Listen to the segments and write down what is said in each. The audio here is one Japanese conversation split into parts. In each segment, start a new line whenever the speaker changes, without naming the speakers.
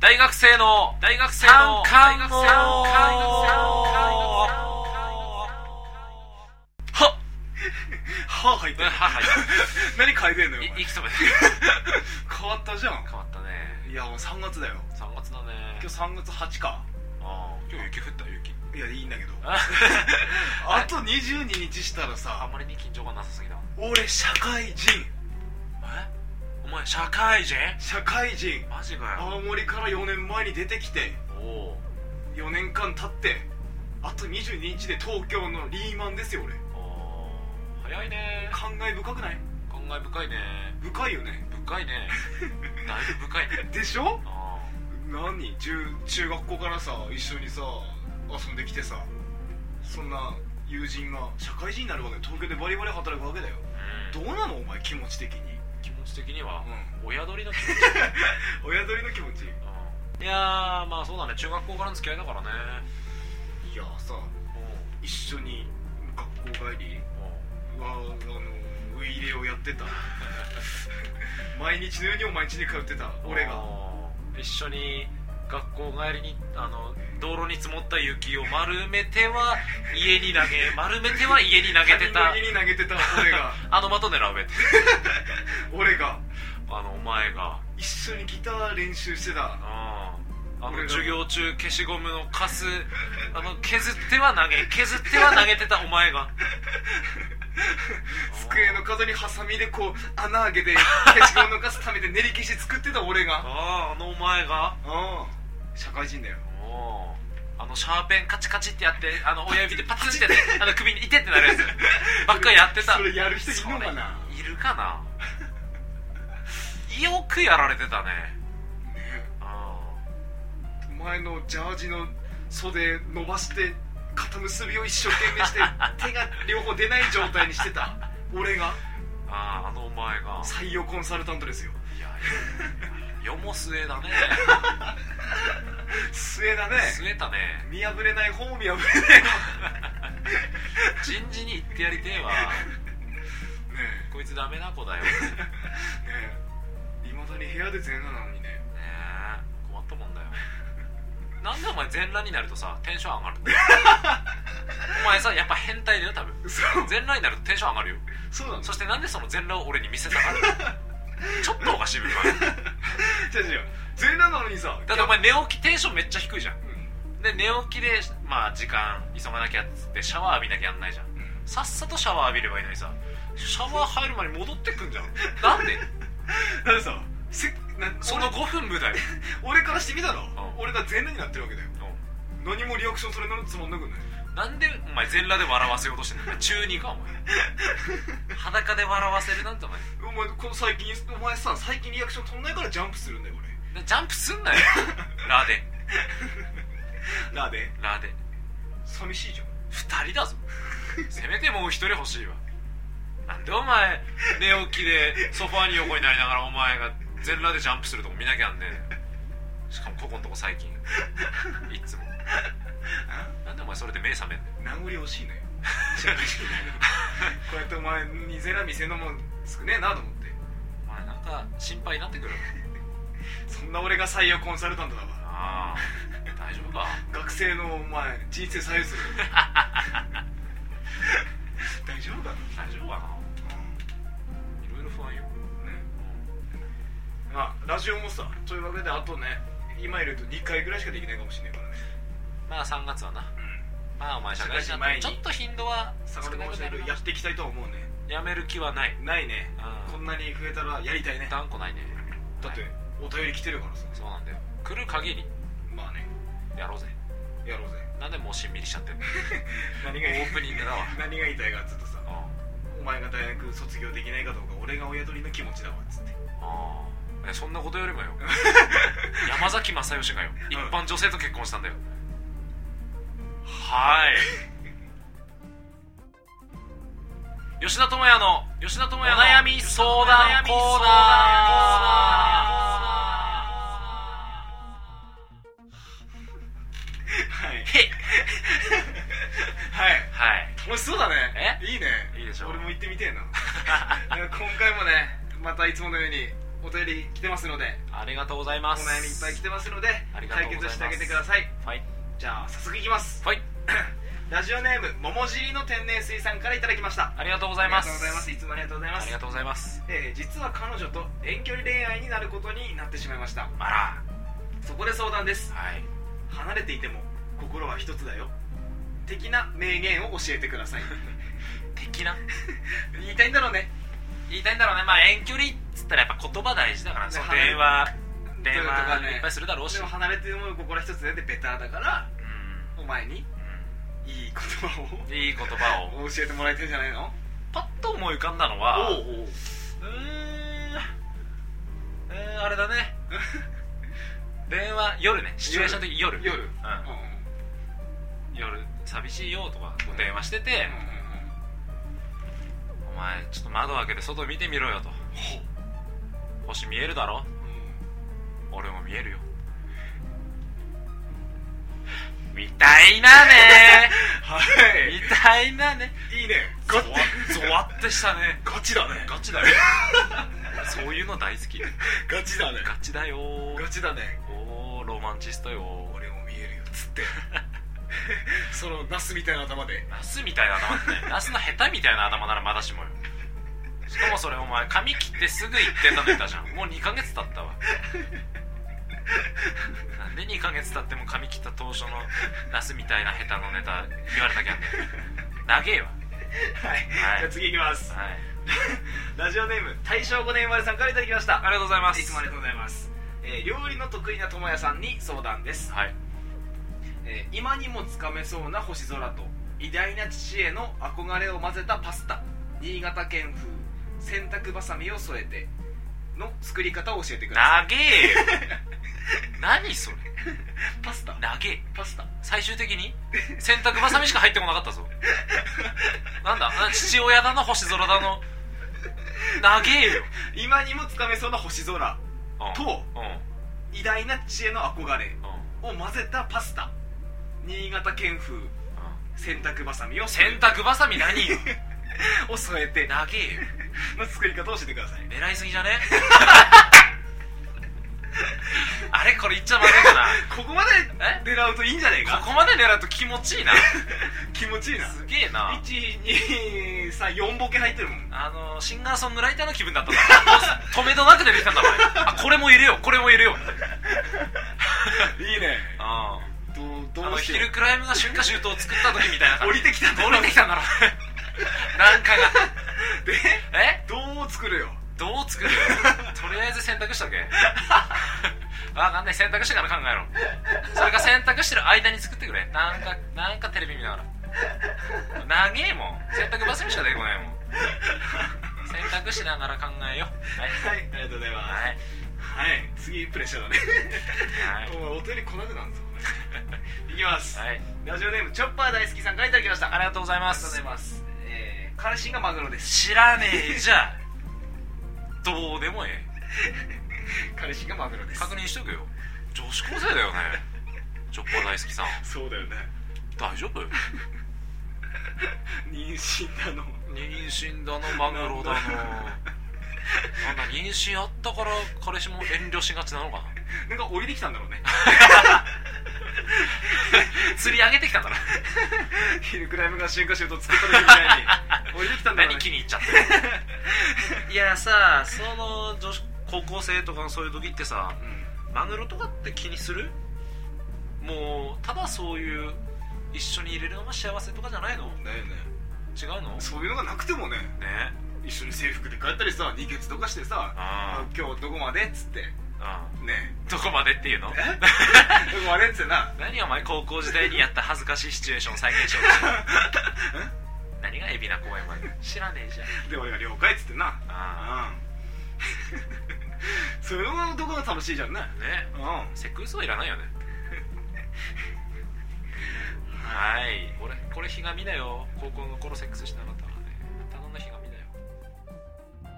大学生の大学生の
三冠
大
王
学生の三冠王はっ
歯入ってる
母
何書いてんの よお前
息止めて
変わったじゃん
変わったね
いやもう3月だよ
3月だね
今日3月8か
あー今日雪降った雪
いやいいんだけど
あ
あと22日したら
あん
さ
まりに緊張がなさすぎだ
俺社会人
えお前社会人
社会人
マジかよ
青森から4年前に出てきて
お
4年間経ってあと22日で東京のリーマンですよ俺
ーおー早いね
感慨深くない
感慨深いね
深いよね
深いねだいぶ深い ね
でしょ
あ
何中中学校からさ一緒にさ遊んできてさそんな友人が社会人になるわけで東京でバリバリ働くわけだよ
ー
ど
う
うんなのお前気持ち的に
気持ち的には
う
親鳥の気持ち
ん親鳥の気持ち
いやーまあそうだね中学校からの付き合いだからね
いやさ
う
一緒に学校帰り
ん
はあのウイイレをやってた 毎日のようにお前家に通ってた俺が
一緒に学校帰りにあの道路に積もった雪を丸めては家に投 げ丸めては家に投げてた
他人の家に投げてた俺が
あの的狙うべって
俺が
あのお前が
一緒にギター練習してた
うんあ
俺
の
が
授業中消しゴムのカスあの削っては投げ削っては投げてたお前が
机の角にハサミでこう穴開け て消しゴムのかすためて練り消し作ってた俺が
あああのお前が
うん社会人だよ
おーあのシャーペンカチカチってやってあの親指でパツンってねあの首にいてってなる やつばっかりやってた
それやる人いるのかな
それいるかな よくやられてたね
ね
う
お前のジャージの袖伸ばして肩結びを一生懸命 して手が両方出ない状態にしてた俺が
んあああのお前が
採用コンサルタントですよ
いやいやよも末だね
末だね
末だね
見破れない方を見破れない方
人事に行ってやりてえわ
ね
こいつダメな子だよ
えねえいまだに部屋で全裸なのにね
ねえ困ったもんだよなんでお前全裸になるとさテンション上 がるのお前さやっぱ変態だよ多分
そう
全裸になるとテンション上がるよ
そうなの
そしてなんでその全裸を俺に見せたがるの ちょっとおかしい部分ある
違う違う全裸なのにさ
だってお前寝起きテンションめっちゃ低いじゃん
う
で寝起きでまあ時間急がなきゃっつってシャワー浴びなきゃやんないじゃん
んうん
さっさとシャワー浴びればいいのにさシャワー入る前に戻ってくんじゃんなんで
だってさせな
その5分無駄よ
俺俺からしてみたら
ん
俺が全裸になってるわけだよ何もリアクションそれなのつまんなくない
なんでお前全裸で笑わせようとしてんの中二かお前裸で笑わせるなんてお前
お前この最近お前さ最近リアクション取んないからジャンプするんだよ
ジャンプすんなよラで
俺なで
ラで
寂しいじゃん
2人だぞせめてもう1人欲しいわなんでお前寝起きでソファーに横になりながらお前が全裸でジャンプするとこ見なきゃなんねえしかもここんとこ最近いっつもなんでお前それで目覚めんね
名残惜しい ねこうやってお前にゼラ見せんのも少ねえなと思って
お前なんか心配になってくる
そんな俺が採用コンサルタントだわ
ああ大丈夫か
学生のお前人生左右 する大丈夫かな、
大丈夫かないろいろ不安よ
ね
うん
まあラジオもさというわけであとね今いると2回ぐらいしかできないかもしれないからね
まあ3月はなまあお前社会人になってちょっと頻度は少
下
な
が
く
るかもしれ
な
な
る
いけ
な
どやっていきたいとは思うね
やめる気はない
ないね
うん
こんなに増えたらやりたいねだ
断固ないね
って
はい
お便り来てるからさ
そうなんだよ来る限り
まあね
やろうぜ
やろうぜ
なんでもうしんみりしちゃってんの
何
オープニングだわ
何が言いたいかっつうとさ
あ
お前が大学卒業できないかどうか俺が親鳥の気持ちだわっつって
あえそんなことより もよ山崎正義がよ一般女性と結婚したんだよ はい吉田智也の吉田智也の
お悩み
相
談コー
は
ナはいはい
い
楽しそうだねいいね
いいでしょ
俺も行ってみてえないや今回もねまたいつものようにお便り来てますので
ありがとうござい
お
ます
悩みいっぱい来てますので
ありがとう
解
ございます
決してあげてください
はい
じゃあ早速いきます
はい
ラジオネーム桃尻の天然水さんからいただきました
ありがとうございます
ありがとうございますいつもありがとうございま
あ
す
りがとうございます
えー実は彼女と遠距離恋愛になることになってしまいました
あら
そこで相談です
はい
離れていても心は一つだよ的な名言を教えてく ださい
的な
言いたいんだろうね
言いたいんだろうねまあ遠距離っつったらやっぱ言葉大事だから
ね
その
離れ
電話
と
電話
ね
いっぱいするだろうし
でも離れても心は一つだよってベターだから
うん
お前にいい言葉
うんいい言葉を
を教えてもらいたいんじゃないの
パッと思い浮かんだのはう
うおう
ーんうーんあれ だね電話夜ねシチュエーション的に夜
夜、うんうん
夜寂しいよとかこう電話してて、お前ちょっと窓開けて外見てみろよと星見えるだろ俺も見えるよみたいな ね
はい
みたいなね
いいね
ゾワゾワってしたね
ガチだね
ガチだよ そういうの大好き
ガチだね
ガチだよ
ガチだね
おーロマンチストよ
俺も見えるよつって そのナスみたいな頭で
ナスみたいな頭って ねナスのヘタみたいな頭ならまだしもよしかもそれお前髪切ってすぐ行ってたの言ったじゃんもう2ヶ月経ったわなんで2ヶ月経っても髪切った当初のナスみたいなヘタのネタ言われたきゃんねん長えわ
はい、
はい
じゃあ次いきます
はい
ラジオネーム大正5年生まれさんからいただきました
ありがとうございます
いつもありがとうございます、えー料理の得意な友也さんに相談です、
はい
えー今にもつかめそうな星空と偉大な父への憧れを混ぜたパスタ新潟県風洗濯ばさみを添えての作り方を教えてください
長えよ 何それ
パスタ
長え
パスタ
最終的に洗濯ばさみしか入ってこなかったぞなんだな父親だの星空だの長えよ、
今にもつかめそうな星空
うん
と
うん
偉大な父への憧れ
うん
を混ぜたパスタ新潟県風洗濯ばさみを添
洗
え
濯ばさみ何 よ
を添えて
長えよ
の作り方を教えてください
狙いすぎじゃね あれこれ言っちゃまずいか
ここまで狙うといいんじゃねえ
な
か
ここまで狙うと気持ちいいな
気持ちいいな
すげえな
1234ボケ入ってるもん
あのシンガーソングライターの気分だったんだ止めどなく出てきたんだお前あこれも入れようこれも入れようみたい
いいね
な
ど
うん
ど
あの
うし
ヒ
て
ルクライムが春夏秋冬を作った時みたいな感
降
じ
りてきたんだ
降りてきたんだろ なんかが
で
え
どう作るよ
どう作るよとりあえず選択しとけわかんない選択してから考えろそれか選択してる間に作ってくれなんかなんかテレビ見ながら長えもん選択バスにしか出てこないもん選択しながら考えようはい
はいありがとうございます
はい
はい次プレッシャー だね
はい
お前お便り来なくなるぞ いきます
はい
ラジオネームチョッパー大好きさんからいただきました
ありがとうございま
ありがとうご
す
ざいますえー関心がマグロです
知らねえじゃどうでもええ
彼氏がマグロで
確認しとくよ女子高生だよねチョッパー大好きさん
そうだよね
大丈夫
妊娠なの
妊娠だのマグロだのなんだ妊娠あったから彼氏も遠慮しがちなのかな
なんか降りてきたんだろうね
釣り上げてきたんだな
ヒルクライムが春夏秋冬作った時みたい に降りてきたんだ
何
ろうね
気に入っちゃ っていやさその女子高校生とかのそういう時ってさマグロとかって気にするもうただそういう一緒に入れるのが幸せとかじゃないの
うんだよね
違うのね
そういうのがなくてもね一緒に制服で帰ったりさ二血とかしてさ
あ
あ今日どこまでっつって
あ
ね
どこまでっていうの
えどこまでっつってな
何お前高校時代にやった恥ずかしいシチュエーションを再現しようとして る何が海老名公園まで知らねえじゃん
で俺が了解っつってな
あ
うん そういうのどこが楽しいじゃんね
あね
うんは
セクウソはいらないよ ねはい俺これひがみだよ高校の頃セックスしてなかったからねただのひがみだ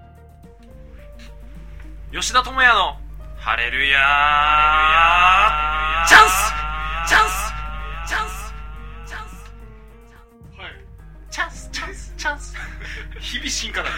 よ吉田智也の「ハレルヤー」チャンスチャンスチャンスチャンス
い
チャンスチャンスチャンス
ひ日々進化だね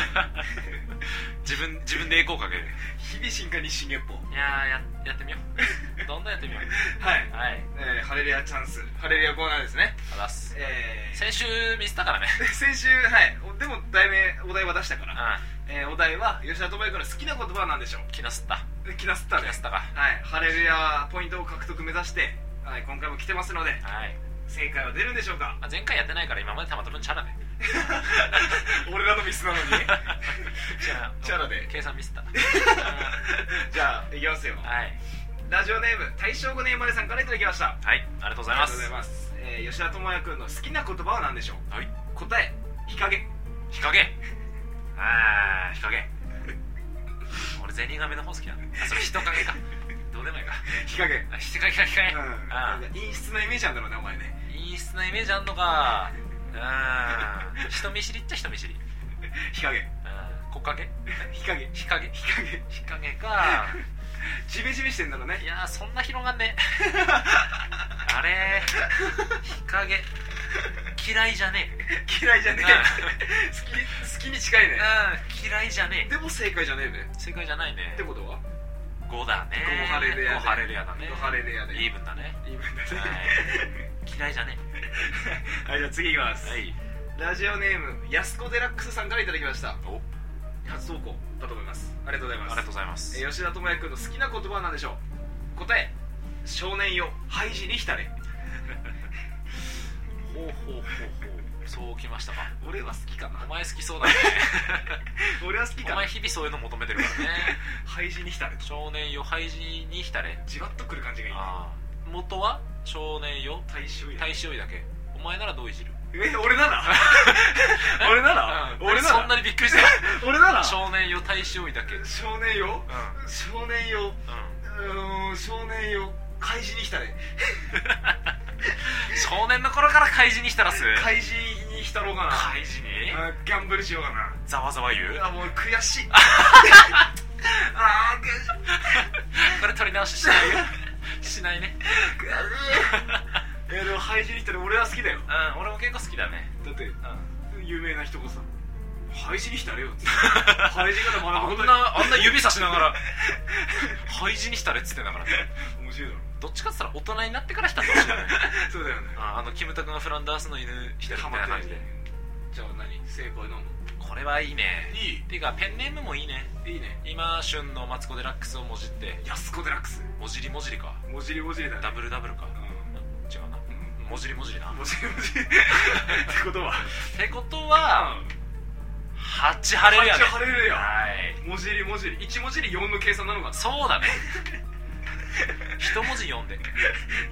自分自分でエコーかける
日々進化日進月歩
いやーややってみよう どんどんやってみよう
はい、
はい
えーハレルヤチャンスハレルヤコーナーですね
あらす
えー
先週見せたからね
先週はいおでも題名お題は出したか
う
ら、
ん
えーお題は吉田智之の好きな言葉は何でしょ
気なすった
う気なすった
気
で
なす
す
ったか
はいハレルヤポイントを獲得目指して、はい、今回も来てますので
はい、
正解は出るんでしょうか
まあ、前回やってないから今までたまった分チャラで
俺らのミスな のに
チャラ
チャラで
計算ミス ったうん
じゃあいきますよ
はい
ラジオネーム大正5年生まれさんからいただきました
はいありがとうござい
あり
ま
がと
す
うございます、えー吉田智也君の好きな言葉は何でしょう
はい
答え日陰
日陰ああ日陰俺ゼニガメの方好きなのあそれ人影かどうでもいいか
日陰
あ日陰か日陰
うん
あ
なんか陰湿なイメージなんだろうねお前ね
ー陰湿なイメージあんのかうん人見知りっちゃ人見知りうん
日陰
木陰
日陰
日陰
日陰
日陰 か
ジメジメしてんだろうね
いやーそんな広がんねえ あれー日陰嫌いじゃねえ
嫌いじゃねえ好き好きに近いね
うん嫌いじゃね
でも正解じゃねえね
え正解じゃないね
ってことは
5だね
5ハレルヤで
5ハレルヤだね
5ハレルヤで
イーブンだね
言い分
は
だね
い嫌いじゃね
はいじゃあ次いきます
えはい
ラジオネームやすこデラックスさんからいただきました
お
初投稿だと思いますありがとうござい
あり
ま
がと
す
うございます
えー吉田智也君の好きな言葉は何でしょう答え少年よ廃寺 に浸れ
ほうほうほうほうそうきましたか
俺は好きか
お
な
前好きそうだね
俺は好 き
お
かな
前日々そういうの求めてるからね
廃寺に浸れ
少年よ廃寺に浸れ
じわっとくる感じがいい
あー元は少年よ
大衆や
大使よりだけお前ならどういじる
え俺 なら俺なら俺なら
そんなにびっ くりした
俺なら
少年よ大使よりだけうん
少年よ
う
少年ようーん少年よ開示に来たね
少年の頃から怪人にしたらす
開示に来たろうかな
怪人に
あーギャンブルしようかな
ざわざわ言う
あもう悔 しいあー悔しい
これ取り直ししないよしないね
いやでも廃寺に行ったら俺は好きだよ
うん俺も結構好きだね
だって
うん
有名な人がさ廃寺に浸れよっ つって廃寺から
あ
学ぶこと
ん
に
なあんな指さしなが ら廃寺にしたれっつってんだから
面白いだろ
どっちかっつったら大人になってからしたってほしい よね
そうだよね
ああのキムタクのフランダースの犬した
ハ
みたい
マ
な
って
感じ
る
で
じゃあ何正解なの
これはいいね
い
ていうかペンネームもいいね
いいいね
今旬のマツコ・デラックスをもじって
やすこデラックス
もじりもじりか
もじりもじりだね
ダブルダブルか
う
違うなんもじりもじりなっ
もじりもじりってことは
てことは8晴れるやね
八晴れるや
はい
もじりもじり1文字で4の計算なのかな
そうだね一文字読んで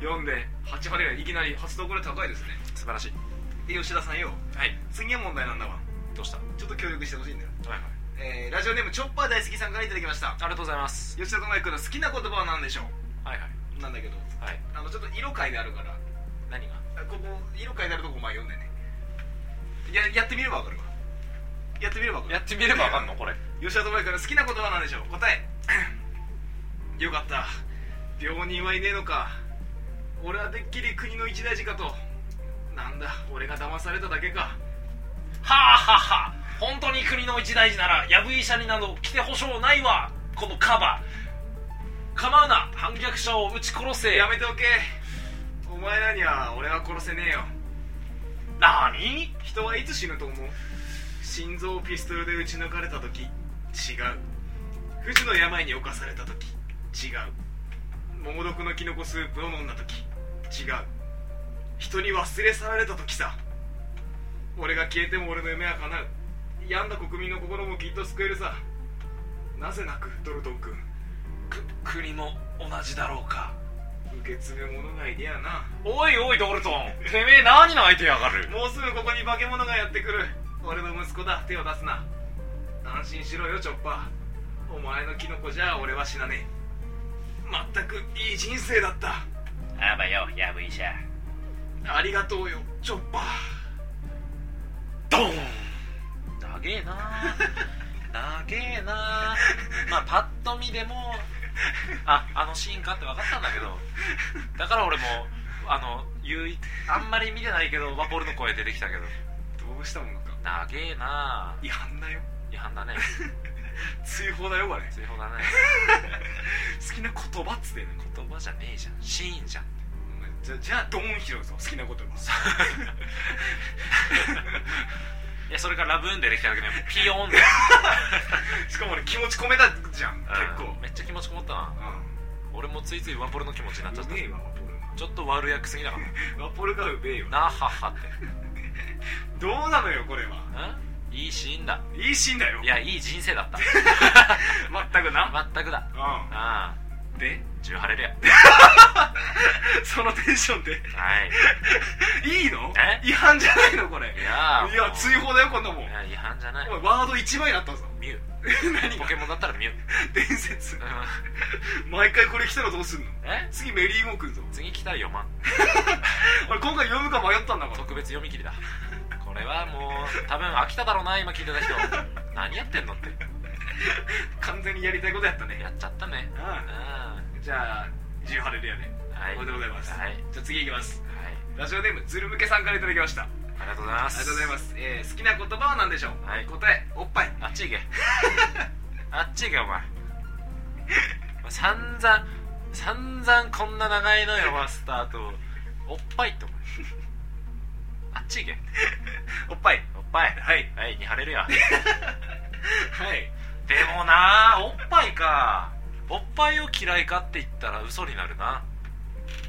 4で8晴れるいきなり発動これ高いですね
素晴らしい
で吉田さんよ
はい
次は問題なんだわ
どうしたはい
ちょっと協力してほしいんだよ
はい
えーラジオネームチョッパー大好きさんからいただきました
ありがとうございます
吉田智也君の好きな言葉は何でしょ
はいはいう
なんだけど
はい
あのちょっと色書いてあるから
何が
あここ色書いてあるとこお前読んでねややってみればわかるわやってみればわかる
やってみればわかんのこれ
吉田智也君の好きな言葉は何でしょう答え よかった病人はいねえのか俺はてっきり国の一大事かとなんだ俺が騙されただけか
はあはあはあ本当に国の一大事ならヤブ医者になど来て保証ないわこのカバ構うな反逆者を撃ち殺せ
やめておけお前らには俺は殺せねえよ
なに
人はいつ死ぬと思う心臓をピストルで撃ち抜かれた時違う不治の病に侵された時違う猛毒のキノコスープを飲んだ時違う人に忘れ去られた時さ俺が消えても俺の夢は叶う病んだ国民の心もきっと救えるさなぜ泣くドルトン君
く国も同じだろうか
受け継ぐ者がいりゃあな
おいおいドルトンてめえ何の相手やがる
もうすぐここに化け物がやってくる俺の息子だ手を出すな安心しろよチョッパーお前のキノコじゃ俺は死なねえまったくいい人生だった
あばよヤブ医者
ありがとうよチョッパー
ドーン長えな あ長えなあまあパッと見でもああのシーンかって分かったんだけどだから俺もあの言うあんまり見てないけどワポールの声出てきたけど
どうしたものか
長えな
違反だよ
違反だね
追放だよこれ
追放だね
好きな言葉っつってんの
言葉じゃねえじゃんシーンじゃん
お前じゃじゃあドン拾うぞ好きな 言葉
いやそれからラブーンでできたわけねピヨーン で
しかも俺気持ち込めたじゃん結構
うんめっちゃ気持ちこもったな俺もついついワポルの気持ちになっちゃっ
う
た
めえわワポル
ちょっと悪役すぎなかっ
ワポルがうめえ
た
わ
なははって
どうなのよこれは
うんいいシーンだ
いいシーンだよ
いやいい人生だった
全くな
全くだ
う
あ
んで
あ中晴れるや
そのテンションで
はい
いいの
え
違反じゃないのこれ
いやー
いや追放だよこんなもん
いや違反じゃない
お前ワード1枚だったぞ
ミュウ
何
ポ
が
ケモンだったらミュウ
伝説
うん
毎回これ来たらどうすんの
え
次メリーゴーくんぞ
次来たら読まん
俺今回読むか迷ったんだから
特別読み切りだこれはもう多分飽きただろうな今聞いてた人何やってんのって
完全にやりたいことやったね
やっちゃったね
うん
うんは
じゃあ18レレアで
い
おめでとうございます
はい、はい、
じゃあ次いきますラジオネームズル向けさんからいただきましたあ
ありがとうございます
りがとうございますす、えー、好きな言葉は何でしょう、
はい
答えおっぱい
あっち行け あっち行けお前お前散々散々こんな長いのよマスターとおっぱいってお前あっち行け
おっぱい
おっぱい
はい
はいに晴れるや
はい
でもなおっぱいかおっぱいを嫌いかって言ったら嘘になるな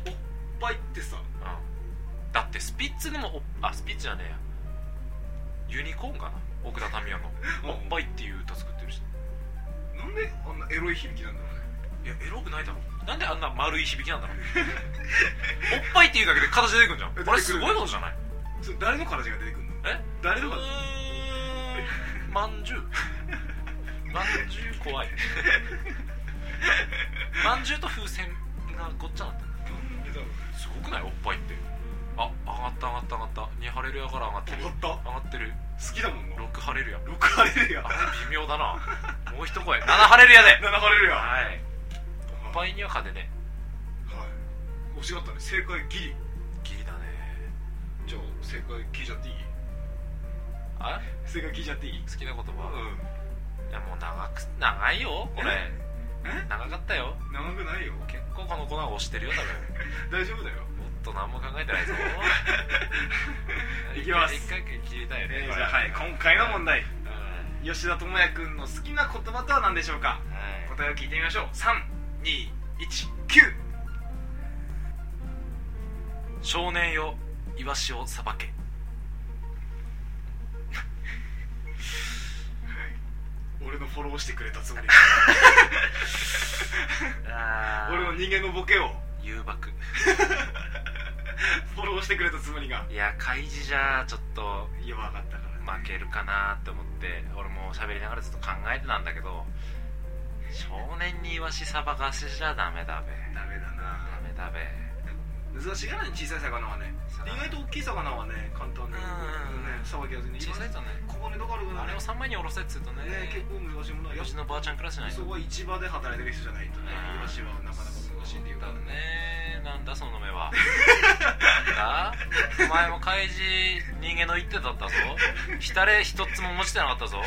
おっぱいってさ
うんだってスピッツでもおっあスピッツじゃねえやユニコーンかな奥田民生の「
おっ
おっぱい」っていう歌作ってるし
いなんであんなエロい響きなんだろう
い
ね
やエロくないだろなんであんな丸い響きなんだろう おっぱいっていうだけで形出てくるじゃん
出てくる
これすごいことじゃない
それ誰の形が出てくるの
え
誰
う
の形
ーんまんじゅうまんじゅう怖いまんじゅうと風船がごっちゃなってる
なんでだろう
すごくないおっぱいってあ上がった上がった上がったニハレルヤから上がってる
上がった
上がってる
好きだもんな
6ハレルヤ
6ハレルヤ
あれ微妙だなもう一声7ハレルヤで
7ハレルヤは
はいおっ
い、はい、
ぱいには勝てね
惜しかったね正解ギリ
えギリだね
じゃあ正解聞いちゃっていい
あ
正解聞いちゃっていい
好きな言
う
葉、
ん
いやもう長く長いよこれ
え
長かったよ
長くないよ
結構この粉が押してるよ多分
大丈夫だよ
もっと何も考えてない ぞ
いきます
一回一回切りたいよね、
えーじゃあはい今回の問題
題は
吉田智也くんの好きな言葉とは何でしょうか
い
答えを聞いてみましょう3219
少年よイワシをさばけ
俺のフォローしてくれたつもり
あ
俺の人間のボケを
誘惑
フォローしてくれたつもりが
いや開示じゃちょっと
弱かったから
負けるかなって思って俺も喋りながらずっと考えてたんだけど少年にイワシさばかせじゃダメだべ
ダメだ
ダ
な
メだべ
難しいからね小さい魚はね
そう
意
だね
外と大きい魚はね簡単に
うん
ねさばきやすいね
小さいとね
小骨とかあるか
あれ
らね
を3枚に下ろせっつうとね
ね結構難しいものは
うちのばあちゃんクラスじゃない
そこは市場で働いてる人じゃないとねイワシはなかなか難しいっていうか
だねなんだその目はなんだ お前も開示人間の一手だったぞ浸れ一つも持ちてなかったぞ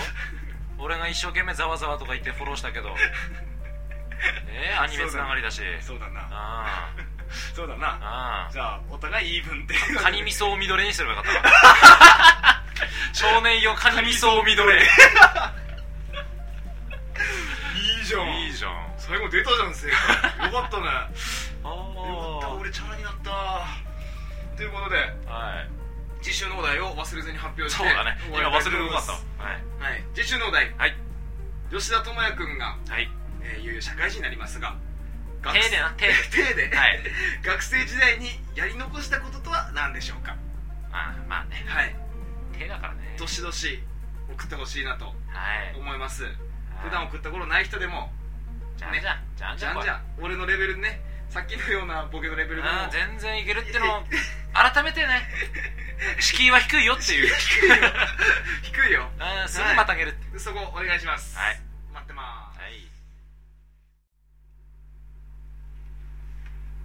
俺が一生懸命ざわざわとか言ってフォローしたけどえー、アニメつながりだし
そうだな
あ
そうだ
あ
な
ああ
じゃあお互いイーブンっていう
カニ味噌を緑にすればよかったわ 少年よカニ味噌を緑
いいじゃん
いいじゃん
最後出たじゃん正解よか ったね
あ
よかった俺チャラになったということで
はい
次週のお題を忘れずに発表し
そ
て
うだね今
終わ
忘れ
りた
て
いと思
よ
い
か
ま
っ
す
たわはい
はい次週のお題
はい
吉田智也君が、
はい
えー、いよいよ社会人になりますが
手
学生
でな手で
手で、
はい
学生時代にやり残したこととは何でしょうか
ああ まあね
はい
手だからね
どしどし送ってほしいなと
はい
思います普段送ったことない人でも
じゃんじゃんじゃん
じ
じゃ
ゃ
ん
んじゃん俺のレベルねさっきのようなボケのレベルでも
ああ全然いけるって のを改めてね敷居は低いよっていう
低いよ
うんすぐまたげるって
そこお願いします
はい
待ってまー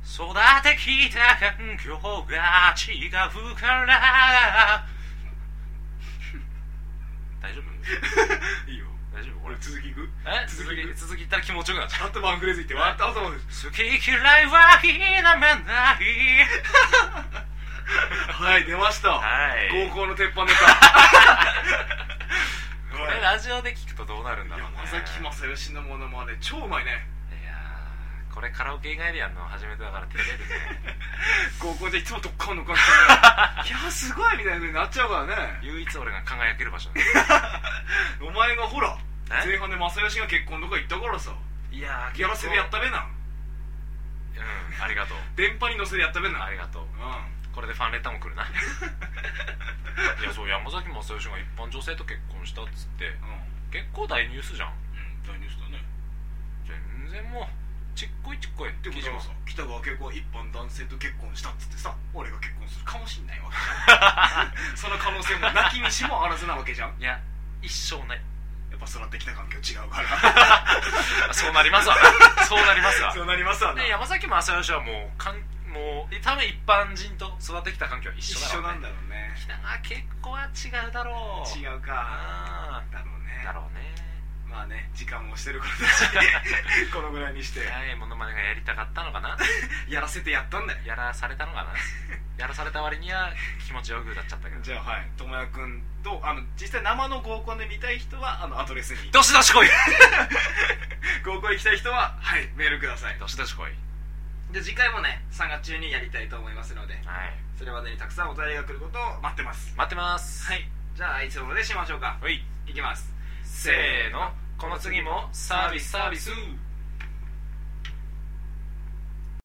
す
はい育てきた環境が違うから 大丈夫
いいよ
大丈夫俺
俺続きいく
え
続
続
き
き続き言ったら気持ちよくなっちゃう
あとワンフレーズ言ってわったあとワンフレーズ
好き嫌いは否めない
はい出ました、
はい
合コンの鉄板ネタ
これラジオで聞くとどうなるんだろうね
山崎まさよしのものまね超うまい ね
いやーこれカラオケ以外でやるの初めてだから照れる ね
合コンでいつもどっかんのかんしてねいやすごいみたいな風になっちゃうからね
唯一俺が輝ける場所だ
お前がほら
え
前半で正義が結婚とか行ったからさ
いや
やらせでやったべな
うんありがとう
電波に乗せでやったべな
ありがとう
う
これでファンレターも来 るないやそう山崎正義が一般女性と結婚したっつって
んう
結構大ニュースじゃん
ん大ニュースだね
全然もうちっこいちっこい
ってことはさ北川景子は一般男性と結婚したっつってさ俺が結婚するかもしんないわけ じゃんその可能性もなきにしもあらずなわけじゃん
いや一生ない
やっぱ育ってきた環境違う から
あそうなりますわそうなりますわ
そうなりますわな
で山崎正義はもうかんもう多分一般人と育ってきた環境は一
一
緒だろ
緒な
う、ね、
んだろうね
北川結構は違うだろう
違
う
うか
あ
だろう
あ
ね
だろうね
まあね時間もしてることだ しこのぐらいにして
早いものまねがやりたかったのかな
やらせてやったんだよ
やらされたのかなやらされた割には気持ちよく歌っちゃったけど
じゃあはい智也君とあの実際生の合コンで見たい人はあのアドレスに
どしどし来い
合コン行きたい人ははいメールください
どしどし来いはい
で次回もね3月中にやりたいと思いますのでそれまでにたくさんお便りが来ることを待ってます
待ってます
はいじゃあいつものでしましょうか
はい
いきます
せーのこの次もサービスサービス